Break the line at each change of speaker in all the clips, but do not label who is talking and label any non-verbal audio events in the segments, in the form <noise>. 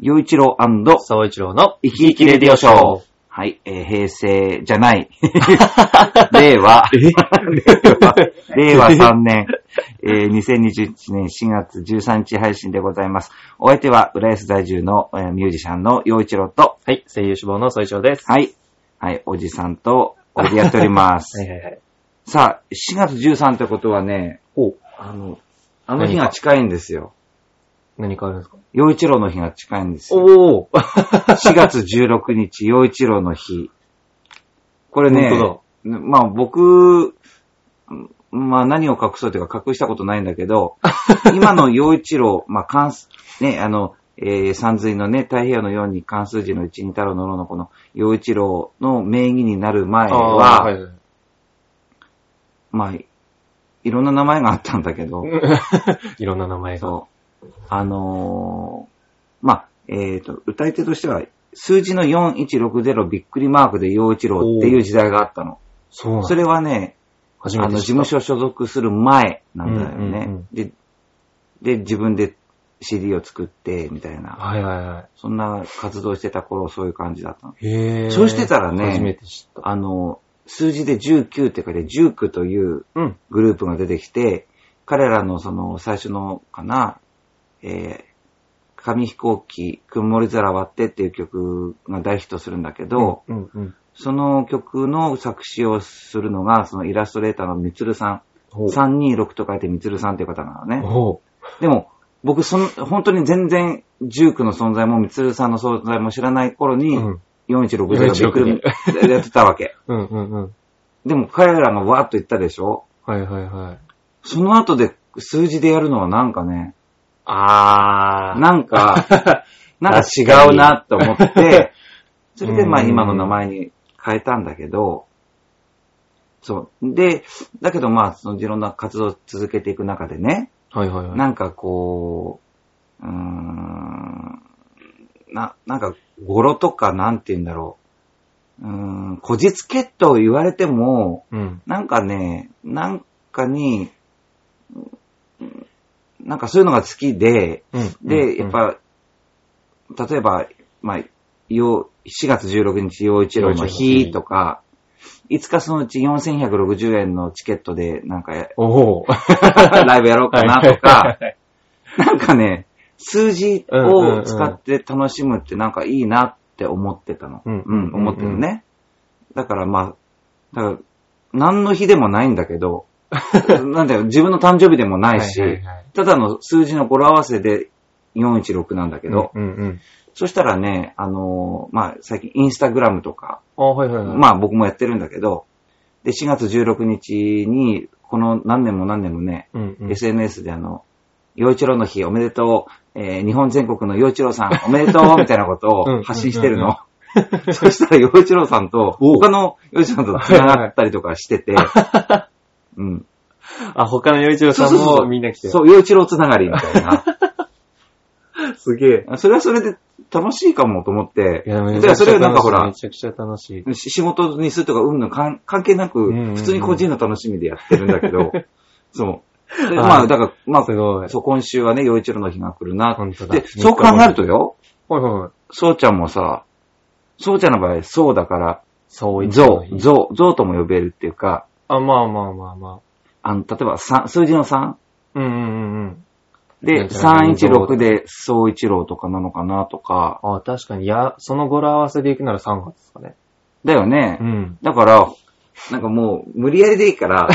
洋一郎
沢一郎の
生き生きレディオショー。
<laughs>
はい、えー平成じゃない。令
<laughs>
和。令和3年、えー2021年4月13日配信でございます。お相手は、浦安在住の、えーミュージシャンの洋一郎と、
はい、声優志望の沢一郎です。
はい、はい、おじさんと、おじやっておりま
はい <laughs>
す。
はいはい。
さあ、4月13ってことはね、
お
あの、あの日が近いんですよ。
何かあるんですか
洋一郎の日が近いんですよ。
おー
4月16日、陽一郎の日。これね
本、
まあ僕、まあ何を隠そうというか隠したことないんだけ
<laughs>
ど、今の陽一郎、まあ関数、ね、あの、えー、三髄のね、太平洋のように関数字の一二太郎の郎のこの陽一郎の名義になる前は、
あー <laughs> はいはい
まあ、いろんな名前があったんだけど、
いろんな名前が。
そう。あのーまあ、えっ、と、歌い手としては、数字の4160びっくりマークで陽一郎っていう時代があったの。
そうなん
それはね、
初め
あ
て
の、事
知った
務所所属する前なんだよね。
うんうんうん
で、で、自分で CD を作って、みたいな。
はいはいは
そんな活動してた頃、そういう感じだったの。
い。へー。
そうしてたらね
初めて知った。
あの、数字で19って書いて、19という
うん。
グループが出てきて、彼らのその最初のかな、えー、紙飛行機、曇り空割ってっていう曲が大ヒットするんだけど、
うんうん。
その曲の作詞をするのが、そのイラストレーターのみつるさん、
ほう。
326と書いてみつるさんっていう方なのね。
ほ
でも、僕その、本当に全然、ジュークの存在もみつるさんの存在も知らない頃
う。う
に、
ん。
4160がびっくりやってたわけ。 <laughs>
うんうんうん。
でも彼らがわーっと言ったでしょ
はいはいはい。
その後で数字でやるのはなんかね、
あー。
なん
<laughs>
か、なんか違うなと思って、それでまあ
うん
今の名前に変えたんだけど、そう。で、だけどまあ、そのいろんな活動を続けていく中でね、
はいはいはい。
なんかこう、うーん、な、なんか語呂とかなんて言うんだろう、うーん、こじつけと言われても、
うん。
なんかね、なんかに、うんなんかそういうのが好きで、
うん。
で、やっ、ぱ、例えば、まあ、よう4月16日、陽一郎の日とか、いつかそのうち4160円のチケットで、なんか、
おー。
ライブやろうかなと
は
か
い、はいはい。
なんかね、数字を使って楽しむってなんかいいなって思ってたの。
う
うんん、思ってるね。だからまあ、だから、何の日でもないんだけ
<laughs>
ど、なんだよ、自分の誕生日でもないし、
はいはいはい
ただの数字の語呂合わせで416なんだけど、
うんうんうん。
そしたらね、あのーまあ、最近インスタグラムとか、
あー、はいはいはい。
まあ僕もやってるんだけど、で、4月16日に、この何年も何年もね、
うんうん。
SNS であの、洋一郎の日おめでとう、えー日本全国の洋一郎さんおめでとう、みたいなこと
うん
を発信してるの。 <laughs> そしたら洋一郎さんと、
おう
他の洋一郎さんと繋がったりとかして
<laughs>
て、うん。
あ、他の洋一郎さんもみんな来てる
そう、洋一郎つながりみたいな。
<laughs> すげえ。
それはそれで楽しいかもと思って、
いや、
だ
めち
か
ゃ
ら
く
そ
ち
れ
ゃ
はなんかほ
楽しい。め
ら、
ちゃくちゃ楽しい。
し仕事にするとか、うんぬんかん関係なく、
んうんうん
普通に個人の楽しみでやってるんだけど、
<laughs>
そう。でま
は
あ、
い
だから、まあ、
すごい。
そう、今週はね、洋一郎の日が来るな。
本当だ
で、そう考えるとよ、
はいはいはい。
そうちゃんもさ、そうちゃんの場合、そうだから、
そう、
ゾウ、ゾウ、ゾウとも呼べるっていうか、
あ、まあまあまあま
あの、例えば、さん数字の3
あ。うんうんうんうん。な
で、
んかなんか
316で、そう一郎とかなのかなとか、
あ確かに、いや、その語呂合わせで行くなら3月ですかね。
だよね
う。ん。
だから、なんかもう、無理やりでいい
<laughs>
から、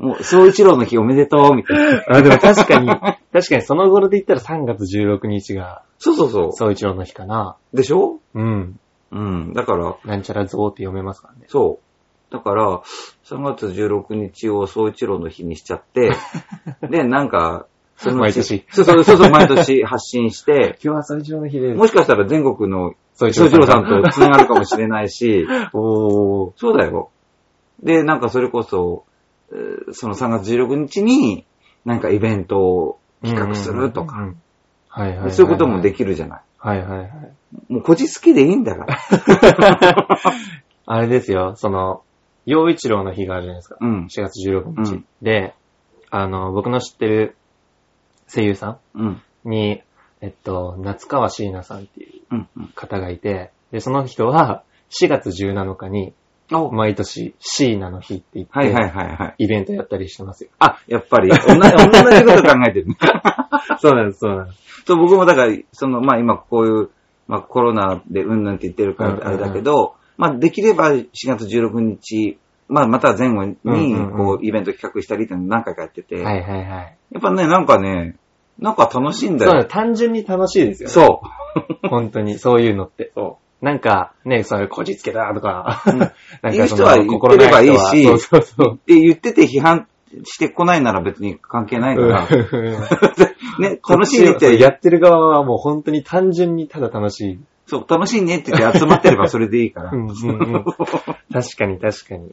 もう、そう一郎の日おめでとう、みたいな。
あ、でも確 <laughs> かに、確かにその頃で言ったら3月16日が、
そうそうそ
総一郎の日かな。
う。でしょ
うん。
うん。だから、
なんちゃらゾウって読めますからね。
そう。だから、3月16日を総一郎の日にしちゃ
<laughs>
って、で、なんか、そのうち
毎年
そうそう、そうそう、毎年発信して、
今日は総一郎の日で
もしかしたら全国の
総
総一郎さんと繋がるかもしれないし、
<laughs> おー。
そうだよ。で、なんかそれこそ、えーその3月16日に、なんかイベントを企画するとか、
うんうんうん。はいはいはいはい。
そういうこともできるじゃない。
はいはいはい。
もうこじつけでいいんだ
<laughs>
から。
あれですよ、その、陽一郎の日があるじゃないですか。
うん。
4月16日。
うん
で、あの、僕の知ってる声優さ
うん。
んに、えっと、夏川椎名さんっていう
うん、うん。
方がいて、で、その人は4月17日に、
お
毎年椎名の日って言って、
はいはいはいはい。
イベントやったりしてますよ。
あ、やっぱり、同じ、同じこと考え
<laughs>
てる。
そうなんです、そうなんです。
そう、僕もだから、その、まあ今こういう、まあコロナでうんぬんって言ってるか
うんうんう
ら
ん
あれだけど、まあできれば4月16日、まあまた前後に、
うんうんうん
こう、イベント企画したりっていうの何回かやってて、
はいはいはい。
やっぱね、なんかね、なんか楽しいんだ
そうなん
よ。
です単純に楽しいですよね。
そ
本当に、そういうのって。
そ
なんか、ね、それ、こじつけだとか、
うん
<laughs> なん
言う
か
人は言ってればいいし
心ない人はそうそう
う。で、言ってて批判してこないなら別に関係ないから、
そう。
ね、楽しいねっ
こっち
て、
やってる側はもう本当に単純にただ楽しい。
そう、楽しいねって言って集まってればそれでいいから
う。んうんうん、確かに確かに。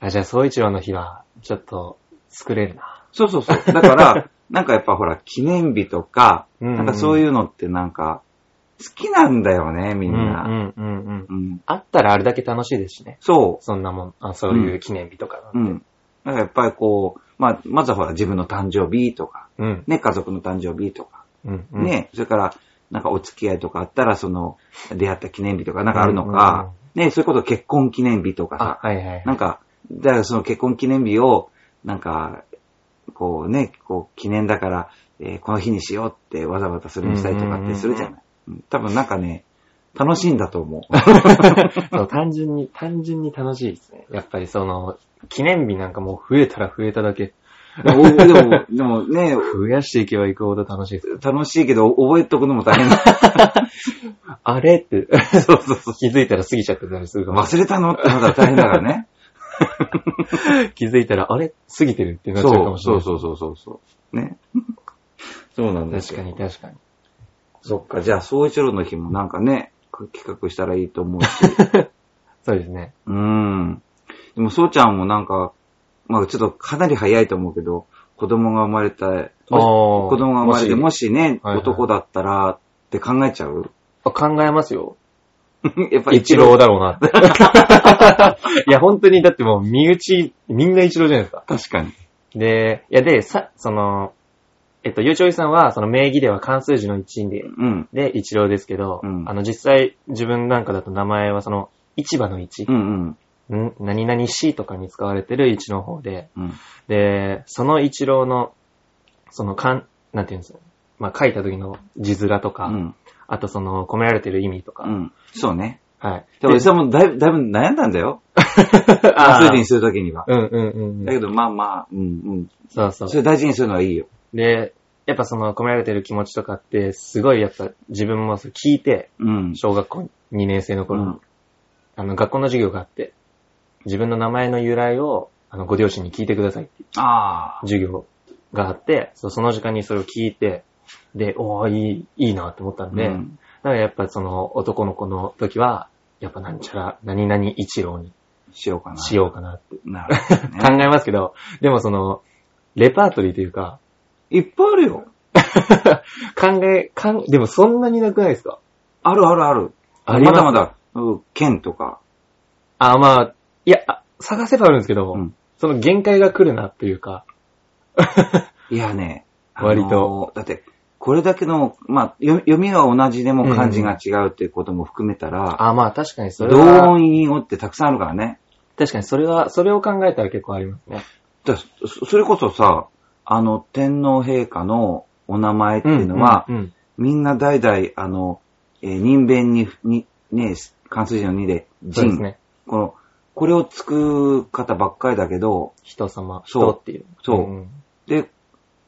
あ、じゃあ、総一郎の日は、ちょっと、作れるな。
そうそうそう。だから、なんかやっぱほら、記念日とか、
うんうん
なんかそういうのってなんか、好きなんだよね、みんな。
うんうんうんうん。
うん
あったらあれだけ楽しいですしね。
そ
そんなもん、あそういう記念日とか。
う。うん。なんかやっぱりこう、まあ、まずはほら、自分の誕生日とか、
うん。
ね、家族の誕生日とか、
うん。うん。
ね、それから、なんかお付き合いとかあったら、その、出会った記念日とかなんかあるのか、ね、そういうこと結婚記念日とか
あ
さ、、
はいはい。
なんか、だからその結婚記念日を、なんか、こうね、こう記念だから、えーこの日にしようってわざわざそれにしたりとかってするじゃない。うん多分なんかね、楽しいんだと思 <laughs> う。
そう、単純に、単純に楽しいですね。やっぱりその、記念日なんかもう増えたら増えただけ、
でも、でもでもね、
増やしていけばいくほど楽しいです。
楽しいけど、覚えておくのも大変 <laughs> だ。
あれって、
<laughs> そうそうそう。
<laughs> 気づいたら過ぎちゃってたりするかも。
忘れたのってまだ大変だからね。
気づいたら、あれ過ぎてるってなっち
そ
ゃうかも
う、
し
<laughs>
れ
そ
な
うそ
い。
うそうそうそう。ね。そうなんです
確かに、確かに。
そっか、じゃあ、総一郎の日もなんかね、企画したらいいと思うし。
そうですね。
うーん。でも、そうちゃんもなんか、まあ、ちょっとかなり早いと思うけど、子供が生まれた、もし
子
子供が生まれて、も
し
しね、
はいはい
男だったらって考えちゃう <laughs>
あ考えますよ。
やっぱ
一郎だろうなって。 <laughs> いや、本当に、だってもう、身内、みんな一郎じゃないですか。
確かに。
で、いや、で、さ、その、えっと、ゆうちょいさんは、その名義では関数字の一員で
うん。
で、一郎ですけど、
うん
あの、実際、自分なんかだと名前はその、市場の市
う、んうん。
ん何々市とかに使われてる市の方で、
うん。
で、その一郎の、その、かん、なんていうんですか、まあ、書いた時の字面とか、
うん。
あとその、込められてる意味とか、
うん。そうね。
はい。
で俺さんもだいぶ、だいぶ悩んだんだよ。
あ
数
ー
字にするときには。
うんうんうん
だ
う
け
ん。
ど、まあまあ、うん
そう
う
そ
ん。
う
そ。れ大事にするのはいいよ。
で、やっぱその、込められてる気持ちとかって、すごいやっぱ自分もそう聞いて、
うん。
小学校2年生の
う
頃に、
ん。
あの、学校の授業があって、自分の名前の由来を、あの、ご両親に聞いてくださいっていう
ああ。
授業があって、そうその時間にそれを聞いて、で、おー、いい、いいなと思ったんで、
うん
だからやっぱその男の子の時は、やっぱなんちゃら、何々一郎に
しようかな。
しようかなって
う。なるほどね。
<laughs> 考えますけど、でもその、レパートリーというか、
いっぱいあるよ。
考え、かん、でもそんなになくないですか
あるあるある。
あります
だまだ、うん剣とか。
あ、まあ、いや、あ探せばあるんですけど、
うん
その限界が来るなというか、
いやね。
割と
あのー。だって、これだけの、まあ、よ読みが同じでも漢字が違うっていうことも含めたら、
あ、まあ確かにそれ
同
は、
音異音ってたくさんあるからね。
確かにそれは、それを考えたら結構ありますね。
だそそれこそさ、あの、天皇陛下のお名前っていうのは、
うんうん
みんな代々、あの、えー人弁に、に、ね、関数字の2で、
そうです
人。
ね。
この、これをつく方ばっかりだけど、
人様、
そ
人
う
っていう。
そうんで、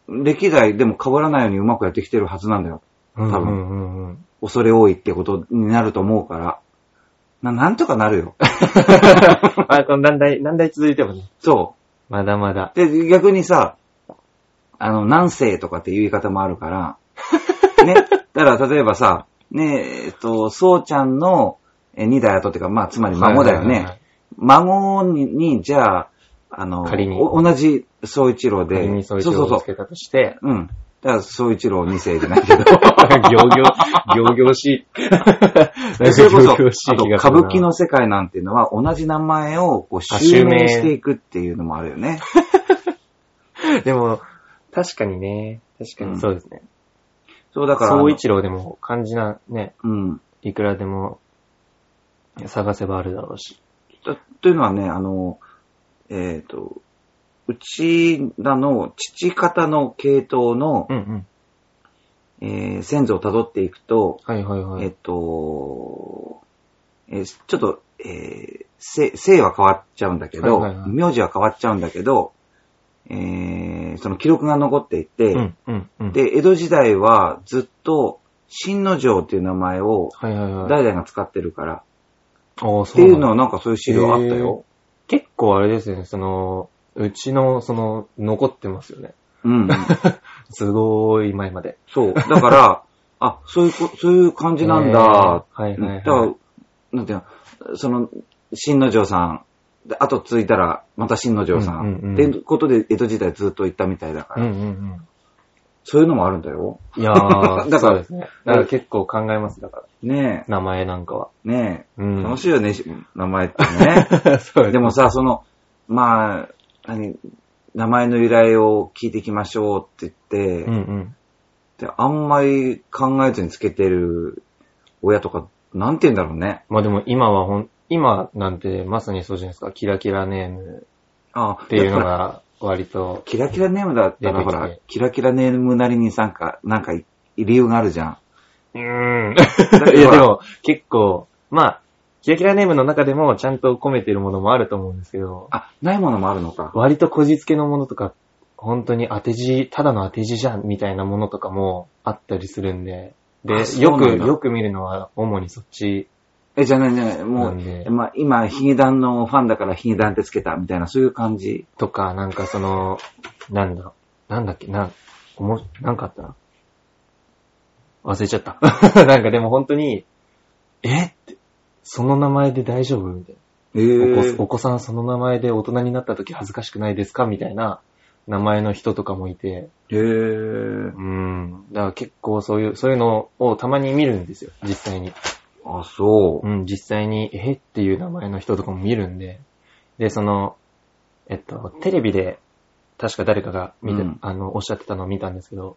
歴代でも変わらないようにうまくやってきてるはずなんだよ。
うん。
多分
うんうんうん。 <laughs>
恐れ多いってことになると思うから、な、なんとかなるよ。 <laughs>
まあ、この難題、難題続いてもね、
そ
まだまだ。
う。で、逆にさ、あの、何世とかっていう言い方もある
<laughs>
から、ね。だから、例えばさ、ねえ、えっと、そうちゃんのえ二代後っていうか、まあ、つまり孫だよ
はいはいはいは
ね。
い。
孫に、にじゃあ、あの、
仮に
お同じ総一郎で、
仮にそういう
そう
を
そう
つ
そ
けたとして、 <laughs>
う。うん。だから、総一郎二世じゃないけど、
行
<laughs>
々、行々しい。
でそれこそ、
行々し
あ
い気
と、
がす
歌
るな
舞伎の世界なんていうのは、同じ名前をこう
あ
襲
襲名
名していくっていうのもあるよ
<laughs>
ね。
でも、確かにね。確かにそうですね。
そうだから、あの
総一郎でも漢字な、ね、
うん。
いくらでも探せばあるだろうし。
だというのはね、あの、えっ、と、うちらの父方の系統の、
うんうん。
えー先祖を辿っていくと、
はいはいは
えっ、
い。
と、えーちょっと、えー姓姓は変わっちゃうんだけど、
はいはいはい
名字は変わっちゃうんだけど、えーその記録が残っていて、
うんうんうん。、
で、江戸時代はずっと、新之丞っていう名前を
はいはいはい。
代々が使ってるから、
ああ、
っ
そ
てい
うな
うんの
だ
はなんかそういう資料あったよ。
結構あれですよね、その、うちの、その、残ってますよね。
うん。
すごい前まで。
そう。だから、あ、そういうこ、そういう感じなんだ。
えー。はいはい、
だか
はい。
ら、なんていうの、その、新之丞さん、であと続いたら、また新之丞さん。
うんうんうん
っていうことで、江戸時代ずっと行ったみたいだか
うん
ら、 <laughs>
うん
そういうのもあるんだよ。
うん。いやー、
だから
そうですね。だから結構考えます、だから。
ね
名前なんかは。
え、ね
う
え、
ん。
楽しい <laughs> よね、し名前ってね。
そう
でもさ、その、まあ、何、名前の由来を聞いていきましょうって言って、
うんうん。
であんまり考えずにつけてる親とか、なんて言うんだろうね。
まあでも今はほん、今なんてまさにそうじゃないですか。キラキラネーム
ああ
っていうの
だから <laughs>
が割と、
キラキラネームだったら、
出て
ほ
きて
ら、キラキラネームなりになんか、なんかい、理由があるじゃん。
うー
<laughs>
ん。
だって
<laughs> いや
ほら
でも結構、まあ、キラキラネームの中でもちゃんと込めてるものもあると思うんですけど、
あ、ないものもあるのか。
割とこじつけのものとか、本当に当て字、ただの当て字じゃんみたいなものとかもあったりするんで、で
あ、そう
よ
なん
く、
だ
よく見るのは主にそっち
え、じゃあないじゃない、も
な
う、
んで、
まあ、今、ヒゲダンのファンだからヒゲダンってつけたみたいな、そういう感じ。
とか、なんかその、なんだ、なんだっけ、なん、おも、なんかあったな。忘れちゃった。 <laughs> なんかでも本当に、えって、その名前で大丈夫みたいな。
ええ
お子お子さんその名前で大人になった時恥ずかしくないですかみたいな名前の人とかもいて、
ええ
うん。だから結構そういう、そういうのをたまに見るんですよ、実際に。
あ、そう。
うん、実際に、えっていう名前の人とかも見るんで。で、その、えっと、テレビで、確か誰かが見て、
うん
あの、おっしゃってたのを見たんですけど、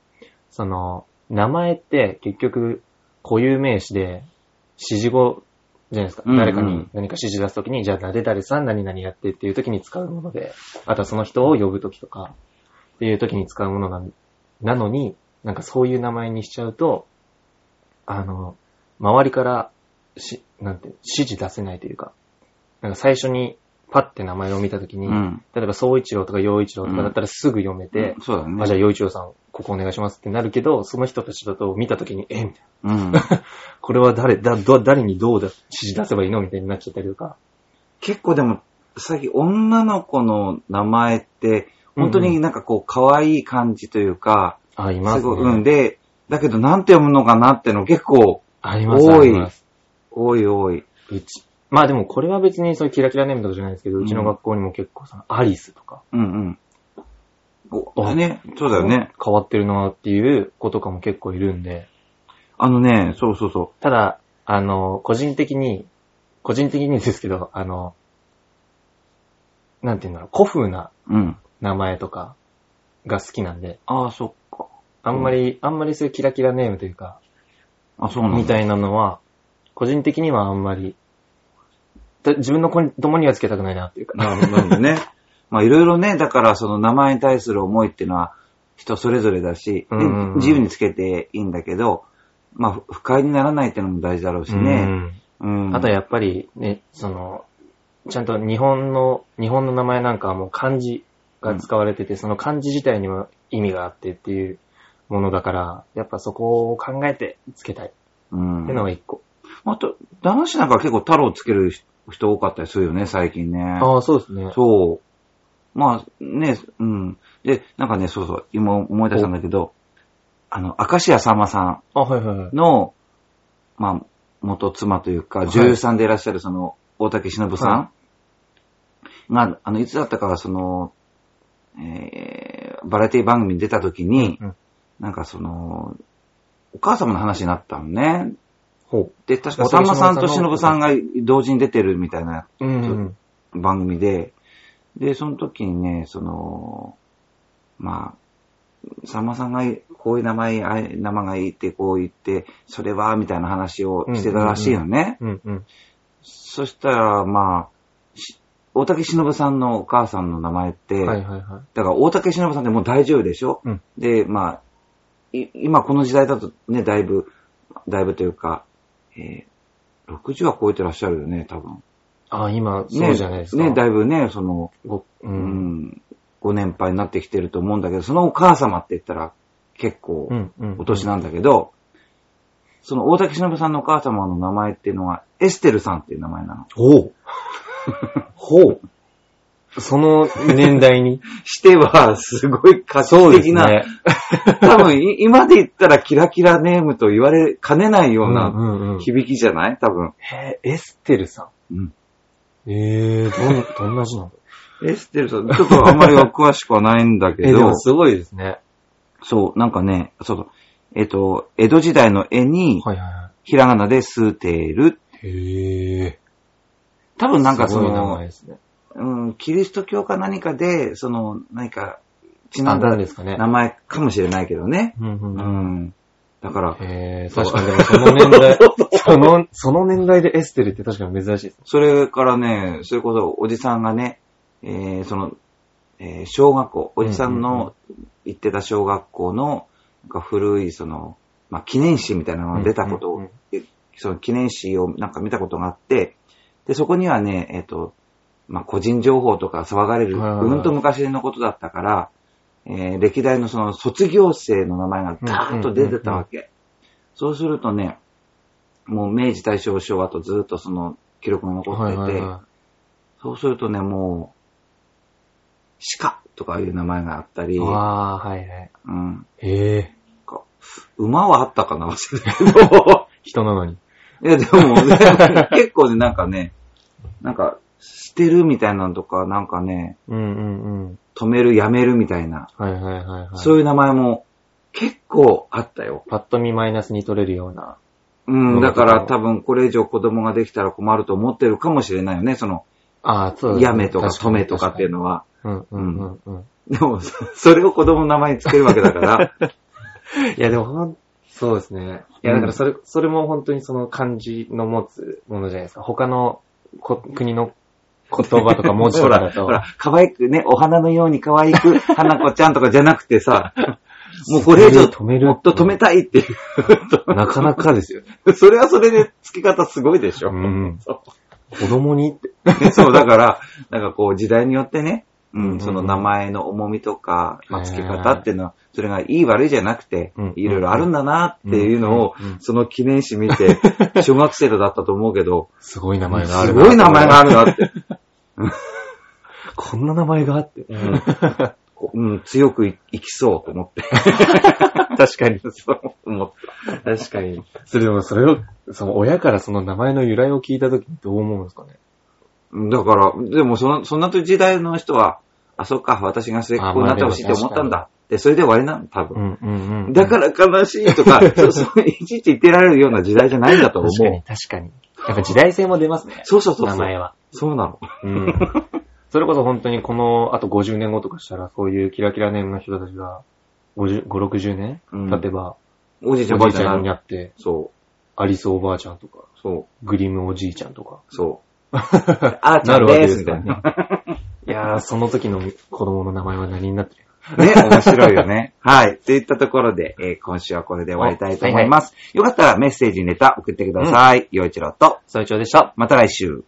その、名前って結局、固有名詞で、指示語じゃないですか。
うんうん
誰かに何か指示出すときに、じゃあ誰々さん何々やってっていうときに使うもので、あとはその人を呼ぶときとか、っていうときに使うものなんなのに、なんかそういう名前にしちゃうと、あの、周りから、し、なんて、指示出せないというか、なんか最初にパッて名前を見たときに、
うん。
例えば総一郎とか陽一郎とかだったらすぐ読めて
うん、そうだね。
あ、じゃあ陽一郎さん、ここお願いしますってなるけど、その人たちだと見たときに、え、みたいな
うん。
これは誰、だ、ど、誰にどうだ、指示出せばいいのみたいになっちゃったりとか。
<laughs> 結構でも、最近女の子の名前って、本当になんかこう、可愛い感じというか、
あ、いますすね。
ごい、うん。で、だけどなんて読むのかなっての結構、
あります、
多い
あります。
多い多い。
うち。まあでもこれは別にそういうキラキラネームとかじゃないですけど、うちの学校にも結構その、アリスとか、
うんうん。お
あ
ね、そうだよね。
変わってるなっていう子とかも結構いるんで、
あのね、そうそうそ
ただ、あの、個人的に、個人的にですけど、あの、なんて言うんだろう、古風な
う。うん。
名前とかが好きなんで、
ああ、そっか。
あんまり、あんまりそういうキラキラネームというか、
あ、そうなん
み
だ。
たいなのは、個人的にはあんまり、だ自分の子に供にはつけたくないなっていうか、
なるほどなるほど
<laughs>
ね。まあいろいろね、だからその名前に対する思いっていうのは人それぞれだし、で
うんうんうん
自由につけていいんだけど、まあ不不快にならないっていうのも大事だろうしね。うん。
あとやっぱりね、その、ちゃんと日本の、日本の名前なんかはもう漢字が使われてて、その漢字自体にも意味があってっていうものだから、やっぱそこを考えてつけたいっ
うん
てのが一個。
あと、男子なんか結構太郎つける人多かったりするよね、最近ね。
ああ、そうですね。
そう。まあね、うん。で、なんかね、そうそう、今思い出したんだけど、あの、明石家さんまさ
あ、はいはいはい
ん。の、まあ、元妻というか、
い
女優さんでいらっしゃるその、大竹しのぶさんが、あの、いつだったかはその、えー、バラエティ番組に出た時に、
うん
なんかその、お母様の話になったのね。
ほ
で、確かさんまさんとしのぶさんが同時に出てるみたいな
う。うんうん。
番組で、で、その時にね、その、まあ、さんまさんがこういう名前、あい名前がいいってこう言って、それは、みたいな話をしてたらしいのね。
うんうん。
そしたら、まあ、し大竹しのぶさんのお母さんの名前って、
はいはいはい。
だから大竹しのぶさんってもう大丈夫でしょ、
うん
で、まあ、い今この時代だとね、だいぶ、だいぶというか、えー60は超えてらっしゃるよね、多分。
あ、今、
ね
そうじゃないですか。
ね、だいぶね、その、
ごう。
うんん、ご年配になってきてると思うんだけど、そのお母様って言ったら結構
うんうん。
お年なんだけど、その大竹しのぶさんのお母様の名前っていうのは、エステルさんっていう名前なの。
ほう。
<laughs>
ほう。その年代に。
しては、すごい画期的な、
ね。
多分い今で言ったらキラキラネームと言われかねないよう
う
なん
うんうん。
響きじゃない多分。
へえエステルさ
うん。
ん。ええー、どん、どんな字なの
エステル
<laughs>
さん、ちょっとあんまりは詳しくはないんだけ
え、で
ど
も、すごいですね。
そう、なんかね、そうそう、えっと、江戸時代の絵に、
はいはいは
ひらがなでスーテール。
い。へえ。
多分なんか
す
そ
ごい名前
の、
ですね。
うん、キリスト教か何かで、その、何か、ちな
あ、
ん
なん
だ
ですかね。
名前かもしれないけどね。
うんう
うん
うん。
ん。だから、
えー、確かにでもその年代、その、その年代でエステルって確かに珍しいですね。
それからね、それこそおじさんがね、えーその、えー小学校、おじさん
うんうんう
の行ってた小学校の、なんか古い、その、まあ、記念誌みたいなのが出たことを、
うんうん
その記念誌をなんか見たことがあって、で、そこにはね、えっ、と、まあ、個人情報とか騒がれる、
はいはいはい
うんと昔のことだったから、えー歴代のその卒業生の名前がダーッと出てたわけ。そうするとね、もう明治大正昭和とずっとその記録が残って
はい
て、
はいは
そうするとね、もう、鹿とかいう名前があったり、
い。
う
あー、はいはい。
ん、
へ
<laughs>
え。
馬はあったかな忘れたけど。
人なのに。
いや、でも、結構ね、 <laughs> なんかね、なんか、捨てるみたいなのとか、なんかね、
うんうんうん。
止める、やめるみたいな、
はいはいはいはい。
そういう名前も結構あったよ。
パッと見マイナスに取れるような。
う、
うんん
だから多分これ以上子供ができたら困ると思ってるかもしれないよね、その、
ああ、そうですね
やめとか止めとかっていう。のは。
確に確かにうんうんうんうん。
でも、そそれを子供の名前につけるわけだ
<laughs>
から、
いや、でもほん、そうですね。いや、だからそれ、それも本当にその漢字の持つものじゃないですか。他のこ国の言葉とか文字
ほ
とかだ
ら、
<laughs> と。
ほら、可愛くね、お花のように可愛く、花子ちゃんとかじゃなくて
<laughs>
さ、もうこれ以上、
止める。
もっと止めたいってい
なかなかですよ。
う。 <laughs> それはそれで付き方すごいでしょ。
うん。
そ
子供にって。
う <laughs> そう、だから、なんかこう時代によってね、う
うんうん
ん、
うん
その名前の重みとか、まあ、付け方っていうのは、それがいい悪いじゃなくて
うんうん、
いろいろあるんだなっていうのを
うんうんうん、
その記念誌見
<laughs>
て、小学生だったと思うけど、
すごい名前がある
す
な。
ごい名前があるなって、 <laughs>
こんな名前があって。
うんうん、強くいいきそうと思って。 <laughs>
確かに。
そう思っ
確かに。それでもそれを、その親からその名前の由来を聞いたときにどう思うんですかね。
た。だから、でもその、そんな時代の人は、あ、そっか、私が末っ子になってほしいと思ったんだ。で、それで終わりなの、多分。
んうん
だから悲しいと
<laughs>
か、そうそう、いちいち言ってられるような時代じゃないんだと思
確かに
う。
確かに。やっぱ時代性も出ますね。
そうそうそうそう。
名前は。
そうなの。
うん。それこそ本当にこの、あと50年後とかしたら、そういうキラキラネームの人たちが、50、5、60年
うん
例えば、
おじいちゃん、
お
ば
じ
あ
い
ち
ちゃ
ゃ
ん
ん
に
な
なって、
そ
アリスおばあちゃんとか、
う、そ
グリムおじいちゃんとか、
う、
<laughs>
そう。あーちゃんです、みたいな。
いやー、その時の子供の名前は何になってる
ね、面白いよね。はい。といったところで、えー今週はこれで終わりたいと思います。よかったらメッセージ、ネタ送ってください。よいちろうと、
最長でした。
また来週。